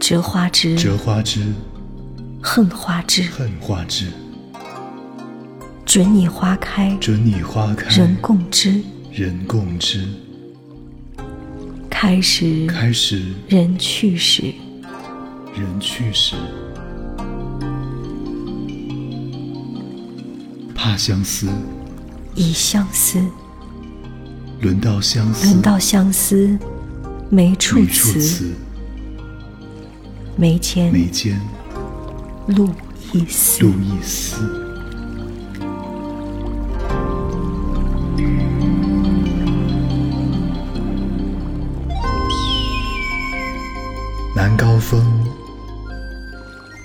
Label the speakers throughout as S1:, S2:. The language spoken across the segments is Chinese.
S1: 折花枝，
S2: 折花枝，
S1: 恨花枝，
S2: 恨花枝，
S1: 准你花开，
S2: 准你花开，
S1: 人共知，
S2: 人共知。
S1: 开时，
S2: 开时，
S1: 人去时，
S2: 人去时，怕相思，
S1: 已相思，
S2: 轮到相思，
S1: 轮到相思，没处
S2: 没处
S1: 词，
S2: 词，
S1: 眉间
S2: 眉间
S1: 露一丝
S2: 露。一丝。南高峰，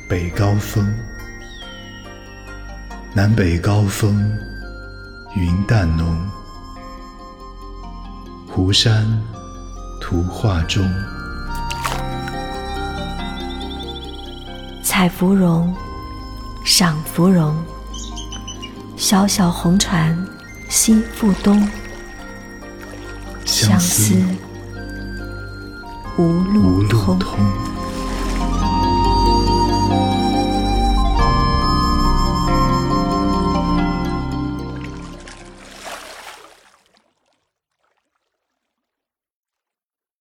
S2: 北高峰，南北高峰，云淡浓。湖山，图画中，
S1: 采芙蓉，赏芙蓉。小小红船，西复东。
S2: 相
S1: 相
S2: 思
S1: 思无路
S2: 无路
S1: 通。
S2: 通。